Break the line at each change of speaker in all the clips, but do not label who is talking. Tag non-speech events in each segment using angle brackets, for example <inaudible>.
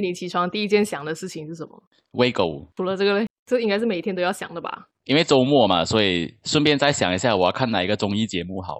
你起床第一件想的事情是什么？
喂狗，
除了这个嘞，这应该是每天都要想的吧？
因为周末嘛，所以顺便再想一下我要看哪一个综艺节目好。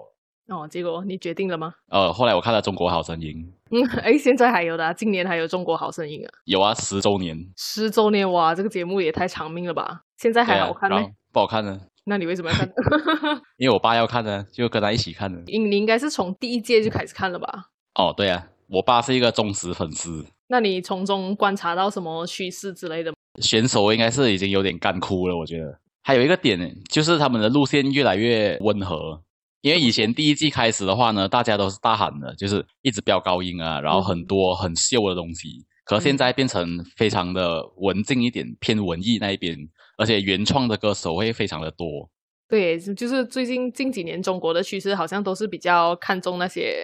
哦，结果你决定了吗？
呃，后来我看了《中国好声音》，
嗯， <laughs> 哎，现在还有的、啊，今年还有《中国好声音》啊，
有啊，十周年，
十周年哇，这个节目也太长命了吧！现在
对
还
啊
好看呢、
然后不好看呢，
那你为什么要看？ <laughs>
因为我爸要看呢，就跟他一起看的。
你你应该是从第一届就开始看了吧？
哦，对啊，我爸是一个忠实粉丝，
那你从中观察到什么趋势之类的吗？
选手应该是已经有点干枯了，我觉得。还有一个点就是他们的路线越来越温和，因为以前第一季开始的话呢，大家都是大喊的，就是一直飙高音啊，然后很多很秀的东西。可现在变成非常的文静一点，偏文艺那一边，而且原创的歌手会非常的多。
对，就就是最近近几年中国的趋势好像都是比较看重那些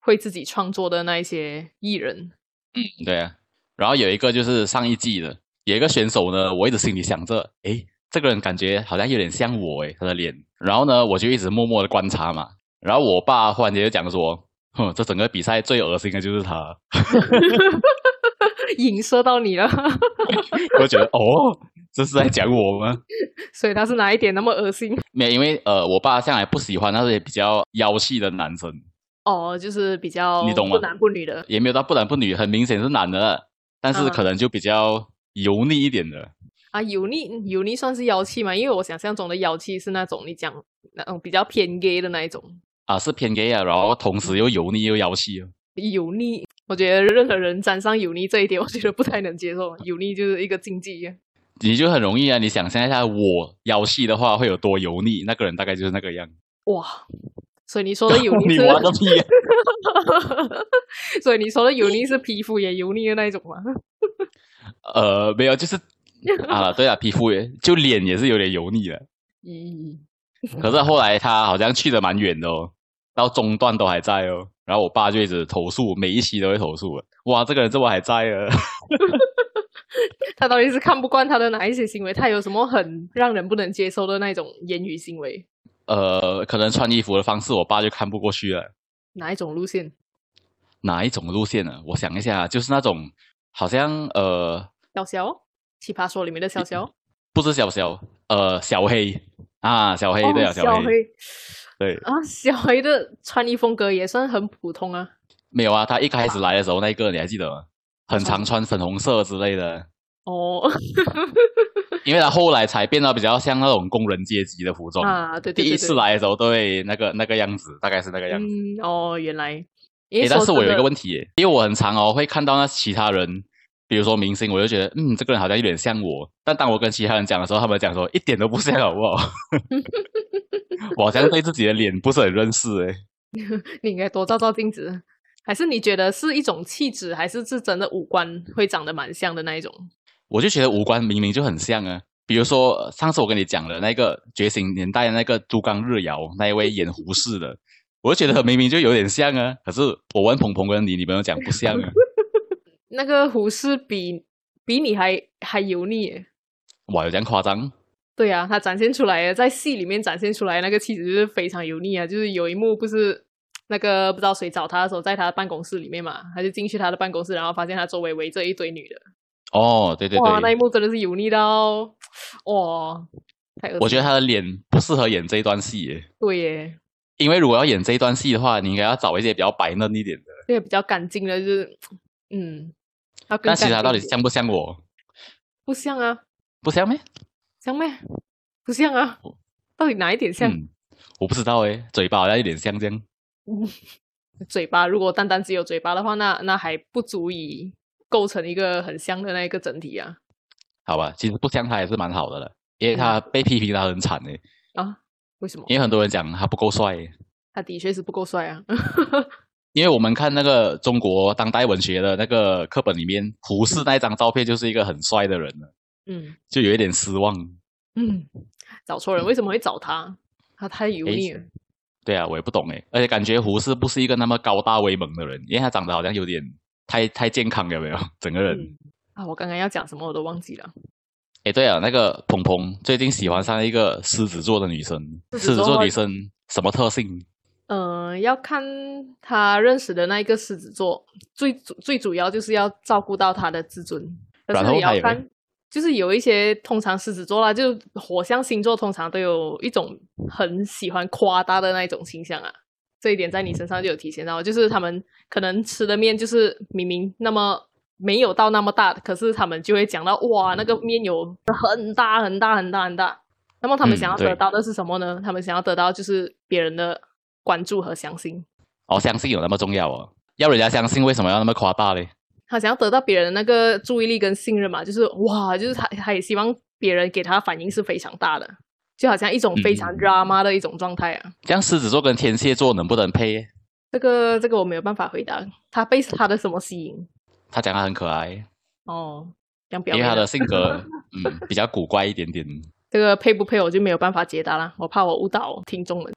会自己创作的那一些艺人。 <laughs>
对啊，然后有一个就是上一季的，有一个选手呢，我一直心里想着，诶，这个人感觉好像有点像我，诶，他的脸。然后呢，我就一直默默的观察嘛。然后我爸忽然间就讲说，哼，这整个比赛最恶心的就是他。
影射到你了， <laughs>
我就觉得，哦，这是在讲我吗？
所以他是哪一点那么恶心？
没有，因为呃，我爸向来不喜欢那些比较妖气的男生，
哦，就是比较
你懂吗
不男不女的。
也没有到不男不女，很明显是男的，但是
嗯
可能就比较油腻一点的。
啊，油腻油腻算是妖气吗？因为我想象中的妖气是那种你讲那种比较偏 gay 的那一种
啊，是偏 gay 啊，然后同时又油腻又妖气哦。
油腻。我觉得任何人沾上油腻这一点，我觉得不太能接受。油腻就是一个禁忌。
你就很容易啊！你想象一下，我腰细的话会有多油腻，那个人大概就是那个样。
哇，所以 <laughs> 你说的油腻
<laughs> 你
是，
玩个屁、啊！
<laughs> 所以你说的油腻是皮肤也油腻的那一种吗？
呃，没有，就是啊，对啊，皮肤也就脸也是有点油腻的。
咦，
可是后来他好像去的蛮远的哦，到中段都还在哦。然后我爸就一直投诉，每一期都会投诉的。哇，这个人怎么还在啊？ <laughs>
他到底是看不惯他的哪一些行为？他有什么很让人不能接受的那种言语行为？
呃，可能穿衣服的方式，我爸就看不过去了。
哪一种路线？
哪一种路线呢？我想一下，就是那种好像呃，
潇潇，奇葩说里面的潇潇，
不是小小，呃，小黑啊，小黑对啊，
哦，小
黑
黑
对。
啊，小黑的穿衣风格也算很普通啊。
没有啊，他一开始来的时候那一个你还记得吗？很常穿粉红色之类的，
哦， <laughs>
因为他后来才变得比较像那种工人阶级的服装。
啊，对对对对，
第一次来的时候，对那个那个样子，大概是那个样子。
嗯，哦，原来。
诶，
诶
但是我有一个
题。
问题耶，因为我很常哦会看到那其他人，比如说明星，我就觉得嗯这个人好像有点像我，但当我跟其他人讲的时候，他们讲说一点都不像，好不好？ <laughs> 我好像对自己的脸不是很认识诶。
你应该多照照镜子，还是你觉得是一种气质，还是是真的五官会长得蛮像的那一种？
我就觉得五官明明就很像啊。比如说呃上次我跟你讲的那个《觉醒年代》的那个珠江日瑶那一位演胡适的，我就觉得明明就有点像啊。可是我问鹏鹏跟你，你们都讲不像
<laughs>
啊。
那个胡适比比你还还油腻耶，
哇，有这样夸张？
对啊，他展现出来的在戏里面展现出来的那个气质就是非常油腻啊，就是有一幕不是。那个不知道谁找他的时候，在他的办公室里面嘛，他就进去他的办公室，然后发现他周围围着一堆女的，
哦，对对
哇，那一
对，
幕真的是油腻到，哇，太恶心
我觉得他的脸不适合演这一段戏耶，
对耶，
因为如果要演这一段戏的话，你应该要找一些比较白嫩一点的。
这个比较干净的，就是嗯，要更
那其
干
他到
净
底
一点
像不像我？
不像啊，
不像咩？
像咩？不像啊，到底哪一点像？
嗯，我不知道诶，嘴巴好像有点像这样。
嘴巴如果单单只有嘴巴的话，那那还不足以构成一个很像的那一个整体啊
好吧，其实不像他也是蛮好的了，因为
嗯
他被批评他很惨诶。
啊！为什么？
因为很多人讲他不够帅，
他的确是不够帅啊。 <laughs>
因为我们看那个中国当代文学的那个课本里面，胡适那一张照片就是一个很帅的人了，
嗯
就有一点失望。
嗯，找错人，为什么会找他？他太油腻了。
对啊，我也不懂哎，而且感觉胡适不是一个那么高大威猛的人，因为他长得好像有点太太健康，有没 <laughs> 有？整个人。
嗯啊，我刚刚要讲什么我都忘记了。
哎、对啊，那个鹏鹏最近喜欢上一个狮子座的女生，
狮
狮
子座
子座女生什么特性？
嗯，要看他认识的那一个狮子座，最主最主要就是要照顾到他的自尊，可
然
是
后
也
他
要
有
看，就是有一些通常狮子座啦，就火象星座通常都有一种很喜欢夸大的那一种倾向啊，这一点在你身上就有体现到，就是他们可能吃的面就是明明那么。没有到那么大，可是他们就会讲到哇，那个面有很大很大很大很大。那么他们
嗯
想要
对
得到的是什么呢？他们想要得到就是别人的关注和相信。
哦，相信有那么重要哦？要人家相信，为什么要那么夸大嘞？
他想要得到别人的那个注意力跟信任嘛，就是哇，就是他他也希望别人给他的反应是非常大的，就好像一种非常
嗯
drama 的一种状态啊。
这样狮子座跟天蝎座能不能配？
这个这个我没有办法回答，他被他的什么吸引？
他讲他很可爱，
哦，讲
因
表
为
面
他
啊
的性格嗯比较古怪一点点。
这个配不配我就没有办法解答啦，我怕我误导听众们。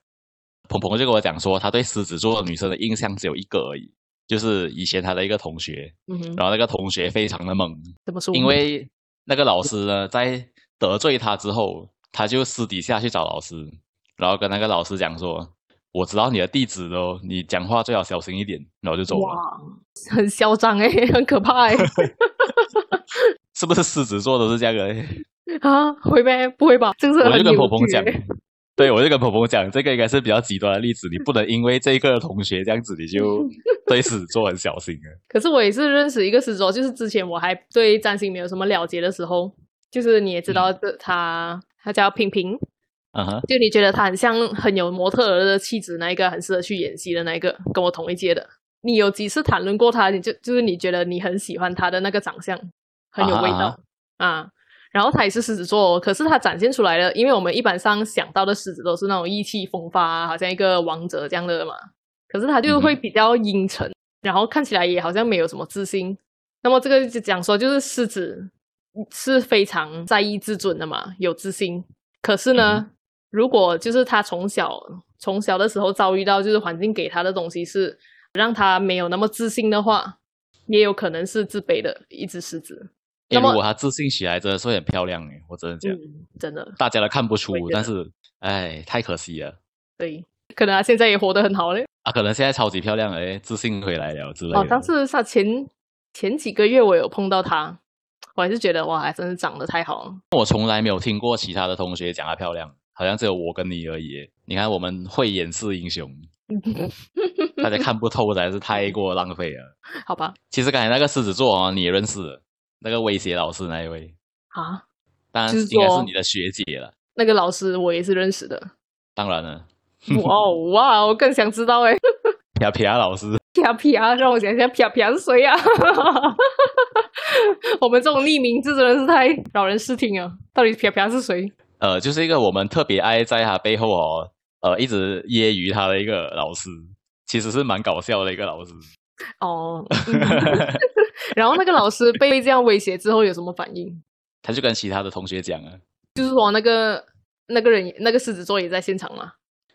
鹏鹏就跟我讲说，他对狮子座的女生的印象只有一个而已，就是以前他的一个同学，
嗯哼，
然后那个同学非常的猛，
怎么说？
因为那个老师呢，在得罪他之后，他就私底下去找老师，然后跟那个老师讲说：“我知道你的地址喽，你讲话最好小心一点。”然后就走了。
哇， <laughs> 很嚣张哎、很可怕哎、
是不是狮子座都是这样的？
<laughs> 啊，会呗？不会吧？真是
我
<laughs> 很
就跟
有
鹏鹏
趣
讲
欸，
对我就跟鹏鹏讲，这个应该是比较极端的例子，你不能因为这个同学这样子，你
<laughs>
就对狮子座很小心了。
可是我也是认识一个狮子座，就是之前我还对占星没有什么了解的时候，就是你也知道这他他叫平平，
嗯哼，
就你觉得他很像很有模特儿的气质那一个，很适合去演戏的那一个，跟我同一届的。你有几次谈论过他，你就就是你觉得你很喜欢他的那个长相，很有味
啊
道啊然后他也是狮子座哦，可是他展现出来的，因为我们一般上想到的狮子都是那种意气风发啊，好像一个王者这样的嘛。可是他就会比较阴沉，然后看起来也好像没有什么自信。那么这个就讲说，就是狮子是非常在意自尊的嘛，有自信。可是呢，如果就是他从小从小的时候遭遇到就是环境给他的东西是让他没有那么自信的话，也有可能是自卑的一只狮子。
诶
那么
如果他自信起来，真的是会很漂亮欸诶，我真的讲，
嗯，真的
大家都看不出
我也觉，得
但是哎，太可惜了。
对，可能他现在也活得很好嘞。
啊，可能现在超级漂亮，哎，自信回来了之类的。
哦，但是他前前几个月我有碰到他，我还是觉得哇，还真是长得太好了。
我从来没有听过其他的同学讲她漂亮，好像只有我跟你而已耶。你看，我们慧眼识
<laughs>
英雄，大家看不透，实在是太过浪费了。
好吧，
其实刚才那个狮子座哦，你也认识的，那个威胁老师那一位，
啊，
当然
就是
应该是
说
你的学姐了。
那个老师我也是认识的。
当然了， <laughs>
哇哦 <laughs> 哇，我更想知道哎，
皮亚皮亚老师，
<laughs> 啪啪，让我想一下啪啪是谁呀、啊？ <laughs> 我们这种匿名字真的是太扰人视听啊！到底啪啪是谁？
呃，就是一个我们特别爱在他背后哦，呃，一直揶揄他的一个老师，其实是蛮搞笑的一个老师。
<laughs> 哦，然后那个老师被这样威胁之后有什么反应？
他就跟其他的同学讲啊，
就是说那个那个人那个狮子座也在现场嘛？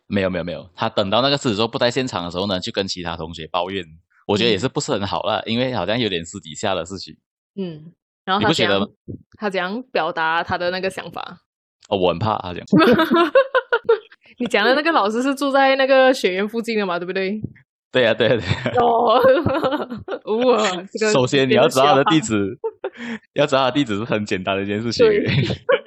没有没有没有，他等到那个狮子座不在现场的时候呢，就跟其他同学抱怨，我觉得也是不是很好啦，因为好像有点私底下的事情。
嗯，然后
你
他
不
怎
觉得
样他怎样表达他的那个想法？
哦，我很怕他讲，
你讲的那个老师是住在那个学院附近的嘛？对不对？
对呀、对呀、啊对、呀。
哦， <laughs> 哇，这个
首先你要知道他的地
址，
址，要知道他的地址是很简单的一件事情，
对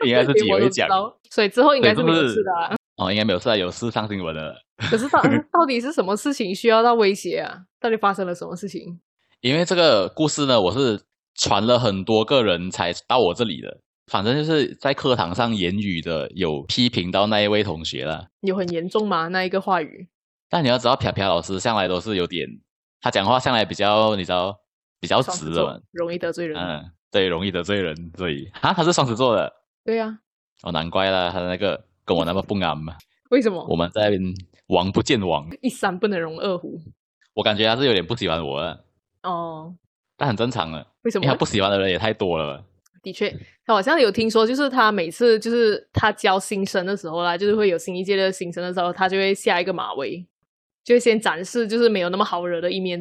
应该自己
我
会
都知 <laughs>
讲。
道，所以之后应该是
对是
没
不是
有事的啊、
哦，应该没有事啊，有事上新闻了。
可
<laughs>
是到到底是什么事情需要到威胁啊？到底发生了什么事情？
因为这个故事呢，我是传了很多个人才到我这里的，反正就是在课堂上言语的有批评到那一位同学了。
有很严重吗？那一个话语？
但你要知道，飘飘老师向来都是有点，他讲话向来比较，你知道，比较
双
直
子
的
座
嘛，
容易得罪人。
嗯，对，容易得罪人，所以啊，他是双子座的，
对啊，
哦，难怪啦，他的那个跟我那么不 <laughs> 啊安嘛，
为什么
我们在那边王不见王，
一山不能容二虎？
我感觉他是有点不喜欢我了，
哦，
但很正常的，
为什么
因为他
呢？
哎不喜欢的人也太多了，
的确，他好像有听说，就是他每次就是他教新生的时候啦，就是会有新一届的新生的时候，他就会下一个马威，就会先展示就是没有那么好惹的一面，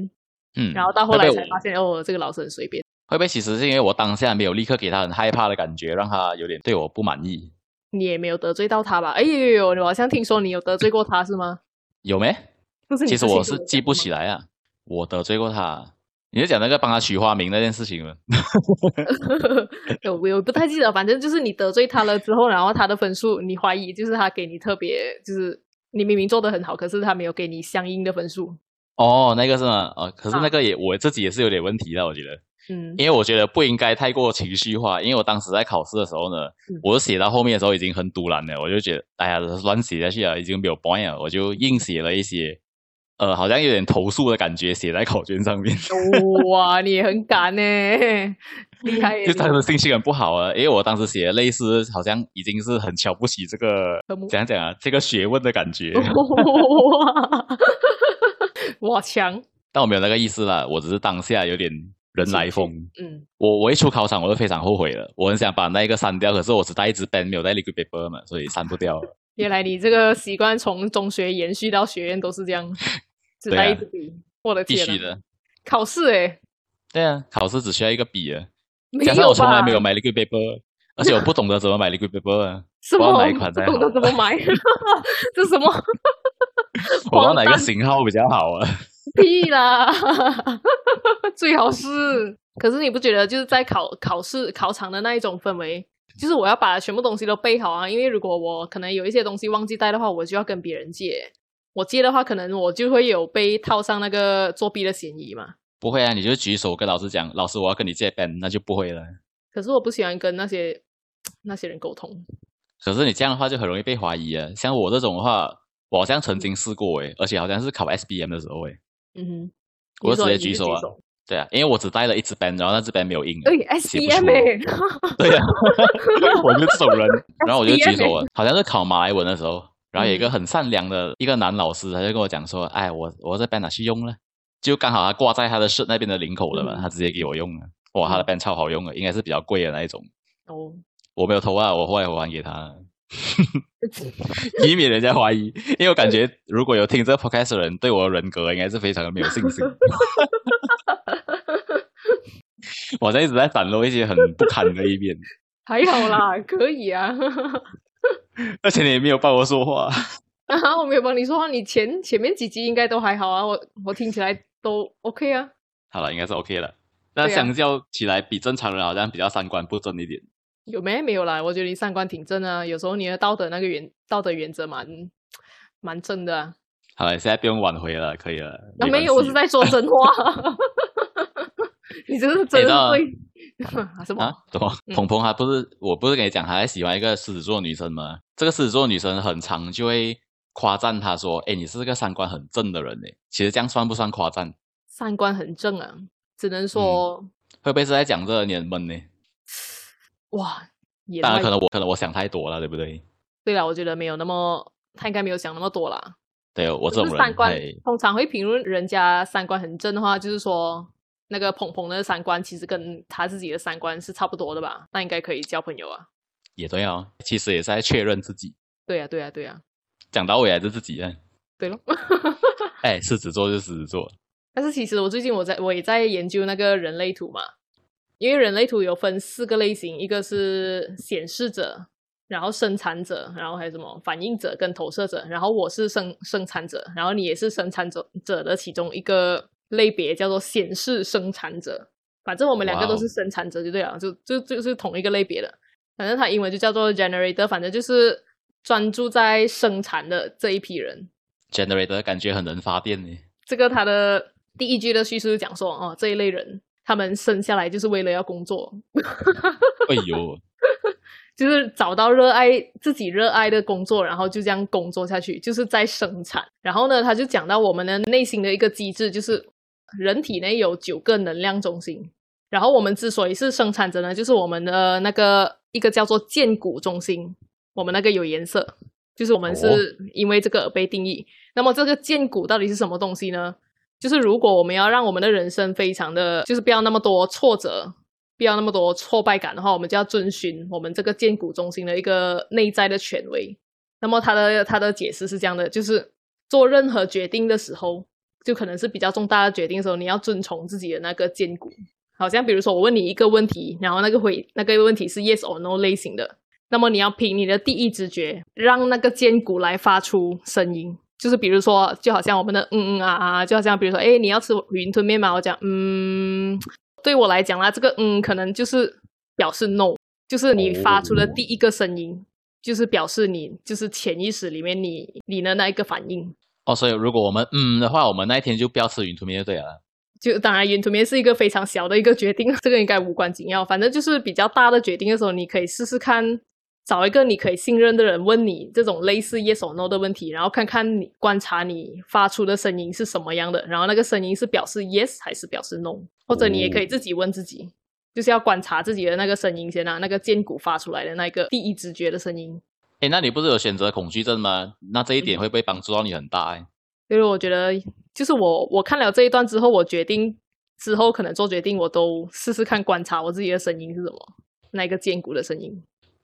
嗯，
然后到后来
会被
才
我
发现哦，这个老师很随便。
会不会其实是因为我当下没有立刻给他很害怕的感觉，让他有点对我不满意，
<laughs> 你也没有得罪到他吧？哎呦呦，我好像听说你有得罪过他是吗？
有没？
就是你
其实
之前
我
跟
是
讲
记不
过
起
吗。
来啊，我得罪过他。你是讲那个帮他取花名那件事情吗？
<laughs> 对我我不太记得，反正就是你得罪他了之后，然后他的分数你怀疑就是他给你特别，就是你明明做的很好，可是他没有给你相应的分数。
哦，那个是吗？哦，可是
啊
那个也、我自己也是有点问题的，我觉得，
嗯
因为我觉得不应该太过情绪化。因为我当时在考试的时候呢，
嗯
我写到后面的时候已经很堵然了，我就觉得哎呀乱写下去啊，已经没有 point 了，我就硬写了一些，呃，好像有点投诉的感觉，写在考卷上面。
嗯 <laughs> 哇，你也很敢呢，厉害耶！
就
你
他的心情很不好啊，因为我当时写的类似，好像已经是很瞧不起这个
科目。
怎样讲啊，这个学问的感觉
<laughs> 哇，哇强，
但我没有那个意思啦，我只是当下有点人来疯。
嗯
我我一出考场我就非常后悔了，我很想把那一个删掉，可是我只带一支 pen 没有带 liquid paper 嘛，所以删不掉了。
原来你这个习惯从中学延续到学院都是这
<laughs>
样，只
对
带一
啊
支笔，我的
必
天
须
啊，
的，
考试欸诶，
对啊，考试只需要一个笔啊，
没
加上
有
我从来
吧
没有买 liquid paper，而且我不懂得怎么买 liquid paper
<laughs>
啊，
什
我
么
要买一款
不
才
懂得
好
怎么买， <laughs> 这什么
我不知道哪
黄
个
疸
型号比较好
<laughs>
啊。
屁啦？ <laughs> 最好是，可是你不觉得就是在考考试考场的那一种氛围，就是我要把全部东西都备好啊，因为如果我可能有一些东西忘记带的话，我就要跟别人借。我借的话，可能我就会有被套上那个作弊的嫌疑嘛。
不会啊，你就举手跟老师讲，老师我要跟你借 pen，那就不会了。
可是我不喜欢跟那些那些人沟通。
可是你这样的话就很容易被怀疑啊。像我这种的话，我好像曾经试过诶，而且好像是考 SBM 的时候诶。
嗯哼，
我
你
就
说
直
你
接举
是
手啊对啊，因为我只带了一支 pen，然后那支 pen 没有印啊。
哎
写不出
，SBM 哎，
对啊， <laughs> 我就是这种人。然后我就举手
SBM
了，好像是考马来文的时候，然后有一个很善良的一个男老师，他就跟我讲说：“哎，我我这 pen 拿去用了，就刚好他挂在他的室那边的领口了嘛，
嗯
他直接给我用了。哇，他的 pen 超好用的，应该是比较贵的那一种。
哦，
我没有偷啊，我后来我还给他 <laughs> 了。以免人家怀疑，因为我感觉如果有听这个 podcast 的人，对我的人格应该是非常的没有信心。 <laughs> 我在一直在展露一些很不堪的一面，
还好啦，可以啊。 <laughs>
而且你也没有帮我说话。
啊，我没有帮你说话，你前前面几集应该都还好啊，我我听起来都 OK 啊。
好了，应该是 OK 了。那
对啊
相较起来，比正常人好像比较三观不正一点。
有没没有啦？我觉得你三观挺正啊，有时候你的道德那个原道德原则蛮蛮正的、啊。
好了，现在不用挽回了，可以了。
那
关
没有，我
系
是在说
<laughs>
真话。你真是真
知道
的对、 <laughs> 啊、什么？
啊，怎么？
嗯
鹏鹏还不是我不是跟你讲，他还喜欢一个狮子座女生吗？这个狮子座女生很常就会夸赞他说：“哎，你是个三观很正的人诶。”其实这样算不算夸赞？
三观很正啊，只
嗯
能说、
会不会是在讲这个你很闷呢？
哇，也
当然，
太
可能我可能我想太多了，对不对？
对了，我觉得没有那么他应该没有想那么多啦。
对我这
就
种
是
人，
三观
哎
通常会评论人家三观很正的话，就是说那个鹏鹏的三观其实跟他自己的三观是差不多的吧？那应该可以交朋友啊。
也对哦，其实也是在确认自己。
对呀、对呀、对呀、
讲到尾还是自己啊。
对咯。
哎，狮子座就狮子座，
但是其实我最近我在我也在研究那个人类图嘛，因为人类图有分四个类型，一个是显示者，然后生产者，然后还有什么反应者跟投射者，然后我是生生产者，然后你也是生产者者的其中一个类别，叫做显示生产者。反正我们两个
哇哦
都是生产者就对了，就就就是同一个类别的。反正它英文就叫做 generator，反正就是专注在生产的这一批人。
generator 感觉很能发电呢。
这个他的第一句的叙述是讲说，哦，这一类人他们生下来就是为了要工作，
<laughs> 哎呦，
就是找到热爱自己热爱的工作，然后就这样工作下去，就是在生产。然后呢，他就讲到我们的内心的一个机制，就是人体内有九个能量中心。然后我们之所以是生产者呢，就是我们的那个一个叫做剑骨中心，我们那个有颜色，就是我们
哦
是因为这个而被定义。那么这个剑骨到底是什么东西呢？就是如果我们要让我们的人生非常的，就是不要那么多挫折，不要那么多挫败感的话，我们就要遵循我们这个建骨中心的一个内在的权威。那么他的他的解释是这样的，就是做任何决定的时候，就可能是比较重大的决定的时候，你要遵从自己的那个建骨。好像比如说我问你一个问题，然后那个回那个问题是 yes or no 类型的，那么你要凭你的第一直觉，让那个建骨来发出声音。就是比如说，就好像我们的嗯嗯啊啊，就好像比如说，哎，你要吃云吞面吗？我讲嗯，对我来讲啦，这个嗯可能就是表示 no，就是你发出的第一个声音，就是表示你就是潜意识里面你你的那一个反应。
哦，所以如果我们嗯的话，我们那一天就不要吃云吞面就对了。
就当然，云吞面是一个非常小的一个决定， <laughs> 这个应该无关紧要。反正就是比较大的决定的时候，你可以试试看，找一个你可以信任的人问你这种类似 yes or no 的问题，然后看看你观察你发出的声音是什么样的，然后那个声音是表示 yes 还是表示 no，或者你也可以自己问自己，就是要观察自己的那个声音先啊，那个剑骨发出来的那个第一直觉的声音。
哎，那你不是有选择恐惧症吗？那这一点会不会帮助到你很大？哎，
就是我觉得，就是我我看了这一段之后，我决定之后可能做决定，我都试试看观察我自己的声音是什么，那一个剑骨的声音。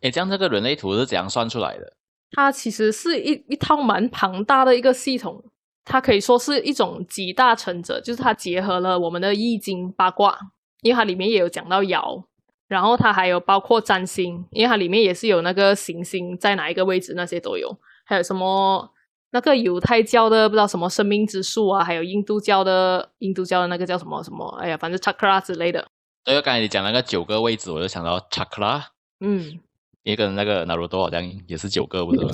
哎，这样这个人类图是怎样算出来的？
它其实是一一套蛮庞大的一个系统，它可以说是一种集大成者，就是它结合了我们的易经八卦，因为它里面也有讲到爻，然后它还有包括占星，因为它里面也是有那个行星在哪一个位置那些都有，还有什么那个犹太教的不知道什么生命之树啊，还有印度教的印度教的那个叫什么什么，哎呀，反正 chakra 之类的，
对，刚才你讲那个九个位置，我就想到 chakra，
嗯，
也跟那个 Naruto 好像也是九个，不是吗？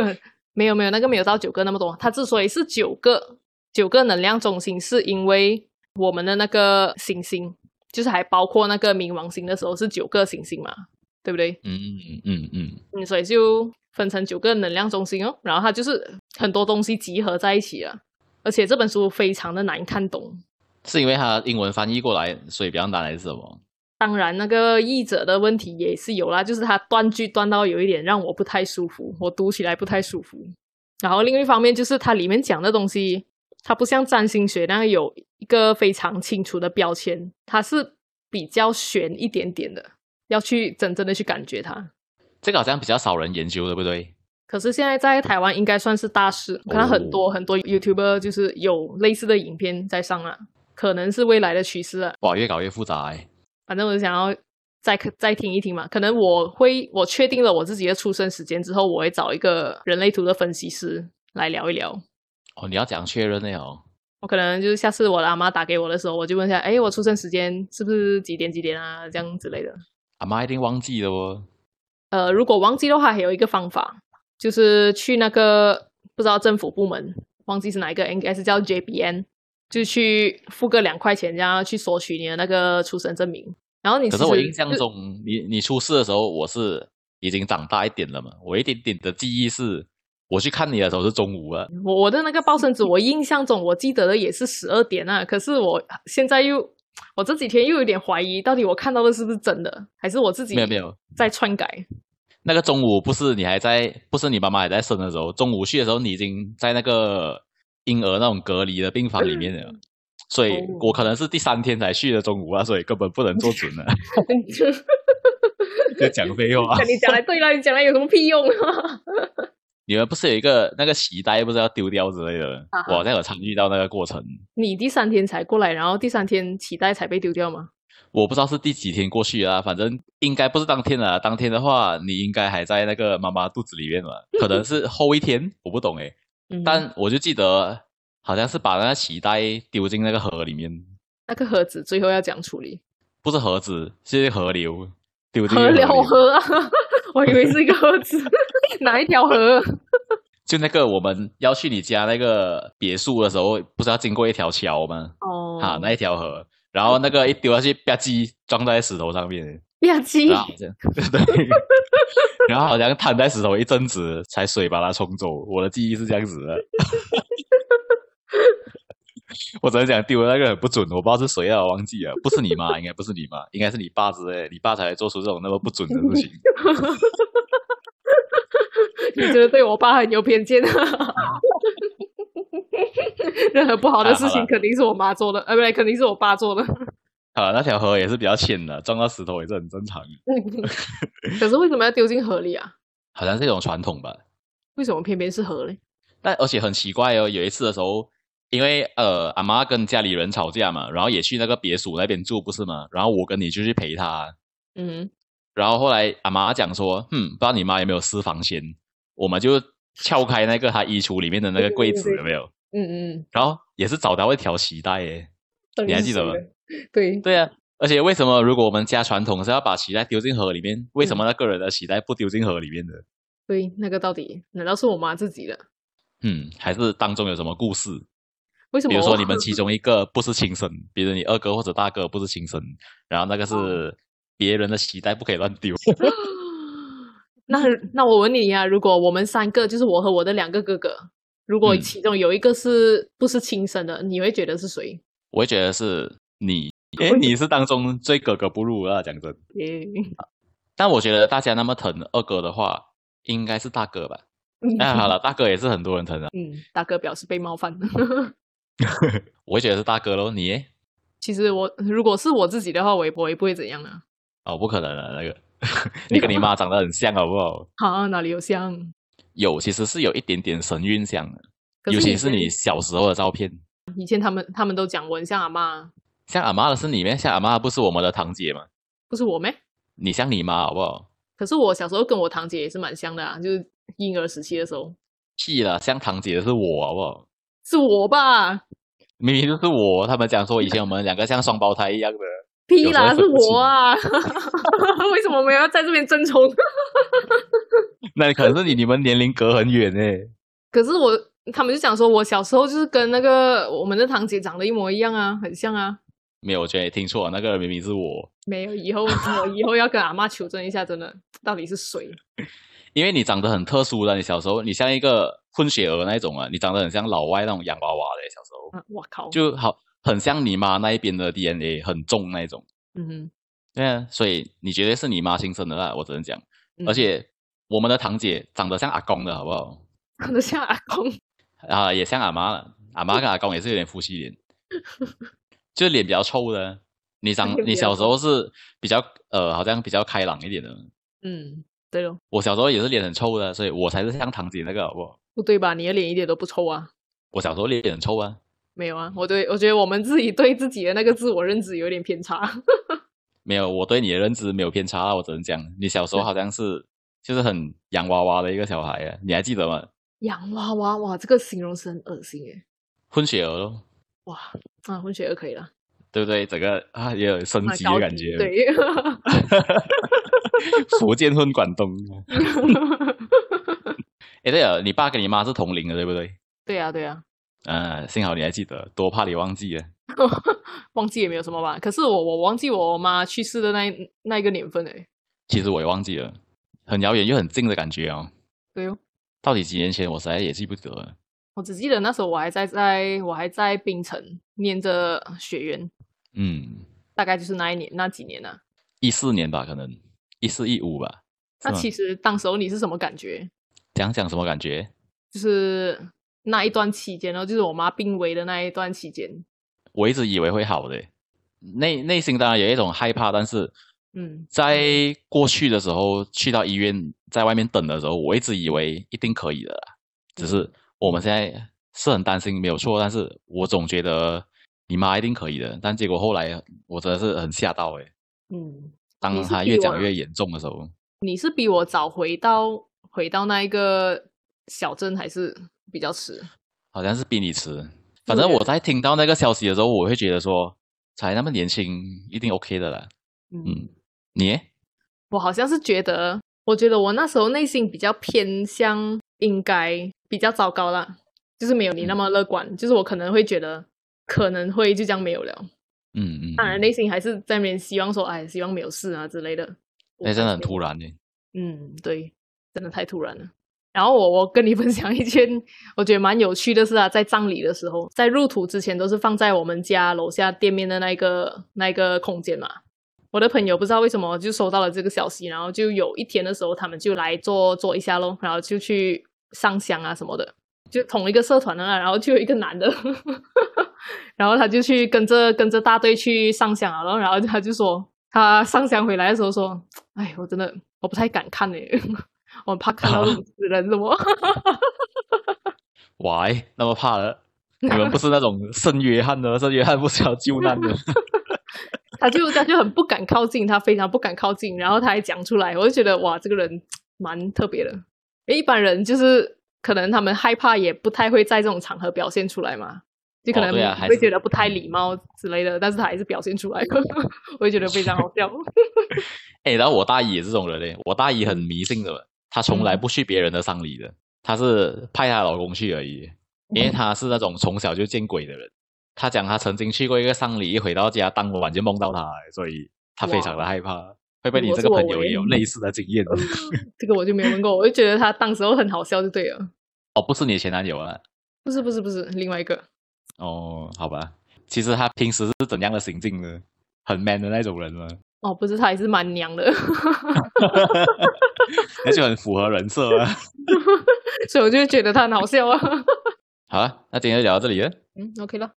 <laughs> 没有没有，那个没有到九个那么多。它之所以是九个九个能量中心，是因为我们的那个行星，就是还包括那个冥王星的时候是九个行星嘛，对不对？
嗯嗯嗯，
嗯，所以就分成九个能量中心哦。然后它就是很多东西集合在一起了，而且这本书非常的难看懂。
是因为它英文翻译过来，所以比较难还是什么？
当然，那个译者的问题也是有啦，就是他断句断到有一点让我不太舒服，我读起来不太舒服。然后另一方面就是它里面讲的东西，它不像占星学那样有一个非常清楚的标签，它是比较悬一点点的，要去真正的去感觉它。
这个好像比较少人研究，对不对？
可是现在在台湾应该算是大事，我看到很多、很多 YouTuber 就是有类似的影片在上啊，可能是未来的趋势啊。
哇，越搞越复杂哎。
反正我就想要再再听一听嘛。可能我会我确定了我自己的出生时间之后，我会找一个人类图的分析师来聊一聊。
哦，你要讲确认的哦。
我可能就是下次我的阿妈打给我的时候，我就问一下，哎，我出生时间是不是几点几点啊？这样之类的。
阿妈一定忘记了哦。
呃，如果忘记的话，还有一个方法，就是去那个不知道政府部门，忘记是哪一个，应该是叫 JBN，就去付个两块钱，这样去索取你的那个出生证明。然后你
可
其
是我
实
印象
就
中，你你出事的时候，我是已经长大一点了嘛。我一点点的记忆是，我去看你的时候是中午啊。
我我的那个报生纸，我印象中我记得的也是十二点啊，可是我现在又，我这几天又有点怀疑，到底我看到的是不是真的，还是我自己
没有没有，
在篡 <laughs> 改？
那个中午不是你还在，不是你妈妈还在生的时候，中午去的时候你已经在那个婴儿那种隔离的病房里面了。所以
嗯哦
我可能是第三天才去的中午啊，所以根本不能做准
<laughs>
了，就讲废话。 <laughs>
你讲来对了，你讲来有什么屁用啊？ <laughs>
你们不是有一个那个脐带不是要丢掉之类的？
啊哈
我好像有参与到那个过程，
你第三天才过来，然后第三天脐带才被丢掉吗？
我不知道是第几天过去啦，反正应该不是当天啦。当天的话，你应该还在那个妈妈肚子里面嘛，可能是后一天，我不懂诶。
嗯，
但我就记得好像是把那个脐带丢进那个河里面，
那个盒子最后要讲处理，
不是河子，是河流，丢进
河
流
流河啊， <laughs> 我以为是一个盒子，哪一条啊河？
就那个我们要去你家那个别墅的时候，不是要经过一条桥吗？
哦， <laughs>
啊，那一条河，然后那个一丢下去，吧唧撞在石头上面。
呀鸡，
然后好像 <laughs> 对，然后好像躺在石头一阵子，才水把它冲走。我的记忆是这样子的。 <laughs> 我只能讲丢的那个很不准，我不知道是谁啊，我忘记了，不是你妈，应该不是你妈，应该是你爸之类的，你爸才会做出这种那么不准的事情。 <laughs>
你真的对我爸很有偏见啊！ <laughs> 任何不好的事
啊好
情
啦
肯定是我妈做的，呃，不对，肯定是我爸
<laughs>
做的。
啊，那条河也是比较浅的，撞到石头也是很正常的，
可是为什么要丢进河里啊？
好像是一种传统吧。
为什么偏偏是河嘞？
但而且很奇怪哦，有一次的时候，因为呃阿妈跟家里人吵架嘛，然后也去那个别墅那边住不是吗？然后我跟你就去陪她，
嗯，
然后后来阿妈讲说，嗯，不知道你妈有没有私房钱，我们就撬开那个他衣橱里面的那个柜子，
对对对
有没有？
嗯嗯，
然后也是找到一条脐带耶。
到底
你还
是
记得
谁
吗
的？对，
对啊，而且为什么如果我们家传统是要把脐带丢进河里面，为什么那个人的脐带不丢进河里面呢？
对，那个到底难道是我妈自己的？
嗯，还是当中有什么故事？
为什么？
比如说你们其中一个不是亲生，比如你二哥或者大哥不是亲生，然后那个
哦
是别人的脐带不可以乱丢。
<gasps> 那那我问你呀、如果我们三个，就是我和我的两个哥哥，如果
嗯
其中有一个是不是亲生的，你会觉得是谁？ <laughs>
我会觉得是你，诶，你是当中最格格不入啊，讲真。
耶，
但我觉得大家那么疼二哥的话，应该是大哥 <laughs> 吧？哎、好了，大哥也是很多人疼的，
嗯，大哥表示被冒犯。 <laughs>
我会觉得是大哥咯。你耶
其实我如果是我自己的话，我也不我也不会怎样啊。
哦，不可能的那个， <laughs> 你跟你妈长得很像，好不好？
啊，哪里有像？
有，其实是有一点点神韵像的，
可
尤其
以
是
前
你小时候的照片。
以前他们他们都讲我很像阿妈，
像阿妈的是你咩？像阿妈不是我们的堂姐吗？
不是我咩？
你像你妈好不好？
可是我小时候跟我堂姐也是蛮像的啊，就是婴儿时期的时候，
屁啦，像堂姐的是我好不好？
是我吧？
明明就是我，他们讲说以前我们两个像双胞胎一样的。
屁啦，
有
是
时候会分不清
我啊！ <laughs> 为什么我们要在这边争宠？ <laughs>
那可能是你你们年龄隔很远诶、
可是我他们就讲说，我小时候就是跟那个我们的堂姐长得一模一样啊，很像啊。
没有，我觉得你听错了，那个人明明是我，
没有，以后我以后要跟阿妈求证一下，真的到底是谁？
因为你长得很特殊的，你小时候你像一个混血儿那一种啊，你长得很像老外那种洋娃娃的，小时候
啊我靠！
就好很像你妈那一边的 DNA 很重那一种。
嗯哼，
对啊，所以你绝对是你妈亲生的啦，我只能讲。
嗯
而且我们的堂姐长得像阿公的好不好？
长得像阿公，
啊，也像阿妈了，阿妈跟阿公也是有点夫妻
<laughs>
脸，就脸比较臭的。你长
脸比
你
较
小时候是比较呃，好像比较开朗一点的。
嗯，对咯，
我小时候也是脸很臭的，所以我才是像堂姐那个，好不好？
不对吧？你的脸一点都不臭啊。
我小时候脸很臭啊，
没有啊，我对我觉得我们自己对自己的那个自我认知有点偏差。 <laughs>
没有，我对你的认知没有偏差啊，我只能讲，你小时候好像是就是很洋娃娃的一个小孩啊，你还记得吗？
洋娃娃，哇，这个形容词很恶心诶。
混血儿咯，
哇，啊，混血儿可以了，
对不对？整个啊也有升
蛮
级
高
的感
级
觉，，
对， <laughs>
福建混广东。哎，对了，你爸跟你妈是同龄的，对不对？
对啊，对啊，
呃，幸好你还记得，多怕你忘记了。
忘记也没有什么吧。可是我我忘记我妈去世的那一那一个年份诶。
其实我也忘记了，很遥远又很近的感觉哦。
对哦，
到底几年前，我实在也记不得了。
我只记得那时候我还在在我还在槟城念着学院，
嗯，
大概就是那一年那几年啊。
一四年吧，可能一四一五吧。
那
是吗
其实当时候你是什么感觉？
讲讲什么感觉？
就是那一段期间，然后就是我妈病危的那一段期间，
我一直以为会好的，内内心当然有一种害怕，但是
嗯，
在过去的时候，去到医院，在外面等的时候，我一直以为一定可以的啦。只
嗯
是我们现在是很担心，没有错，但是我总觉得你妈一定可以的，但结果后来我真的是很吓到诶。
嗯，
当
你是
他
比
越
我
讲越严重的时候，
你是比我早回到回到那一个小镇，还是比较迟？
好像是比你迟。反正我在听到那个消息的时候，我会觉得说，才那么年轻，一定 OK 的啦。嗯，你耶
我好像是觉得，我觉得我那时候内心比较偏向应该比较糟糕啦，就是没有你那么乐观，就是我可能会觉得可能会就这样没有了。
嗯嗯，
当然，内心还是在那边希望说，哎，希望没有事啊之类的。
那、真的很突然耶。
嗯，对，真的太突然了。然后我我跟你分享一件我觉得蛮有趣的事啊，在葬礼的时候，在入土之前都是放在我们家楼下店面的那一个那一个空间嘛。我的朋友不知道为什么就收到了这个消息，然后就有一天的时候，他们就来做做一下咯，然后就去上香啊什么的，就同一个社团的啊，然后就有一个男的， <laughs> 然后他就去跟着跟着大队去上香啊，然后然后他就说他上香回来的时候说，哎，我真的我不太敢看诶、 <laughs> 我很怕看到那种死人什么。
喂，那么怕了。你们不是那种圣约翰的，圣约翰不是要救难的。 <laughs>
他就他就很不敢靠近，他非常不敢靠近，然后他还讲出来，我就觉得哇，这个人蛮特别的。因为一般人就是可能他们害怕，也不太会在这种场合表现出来嘛，就可
哦
能
对啊还
会
是
觉得不太礼貌之类的，但是他还是表现出来了， <laughs> 我也觉得非常好笑。 <laughs>
哎、然后我大姨也是这种人嘞，我大姨很迷信的，她从来不去别人的丧礼的，她是派她老公去而已，因为她是那种从小就见鬼的人。她讲她曾经去过一个丧礼，一回到家当晚就梦到她，所以她非常的害怕。会不会你
如果
这
是
个
我
朋友
我也
也有类似的经验？ <laughs>
这个我就没有问过，我就觉得他当时候很好笑就对了。
哦，不是你前男友啊？
不是不是不是，另外一个
哦，好吧，其实他平时是怎样的行径呢？很 man 的那种人吗？
哦，不是他也是蛮娘的， <laughs>
那就很符合人设啊。 <laughs>
所以我就觉得他很好笑啊。 <laughs>
好了，那今天就聊到这里了。
嗯，OK 了。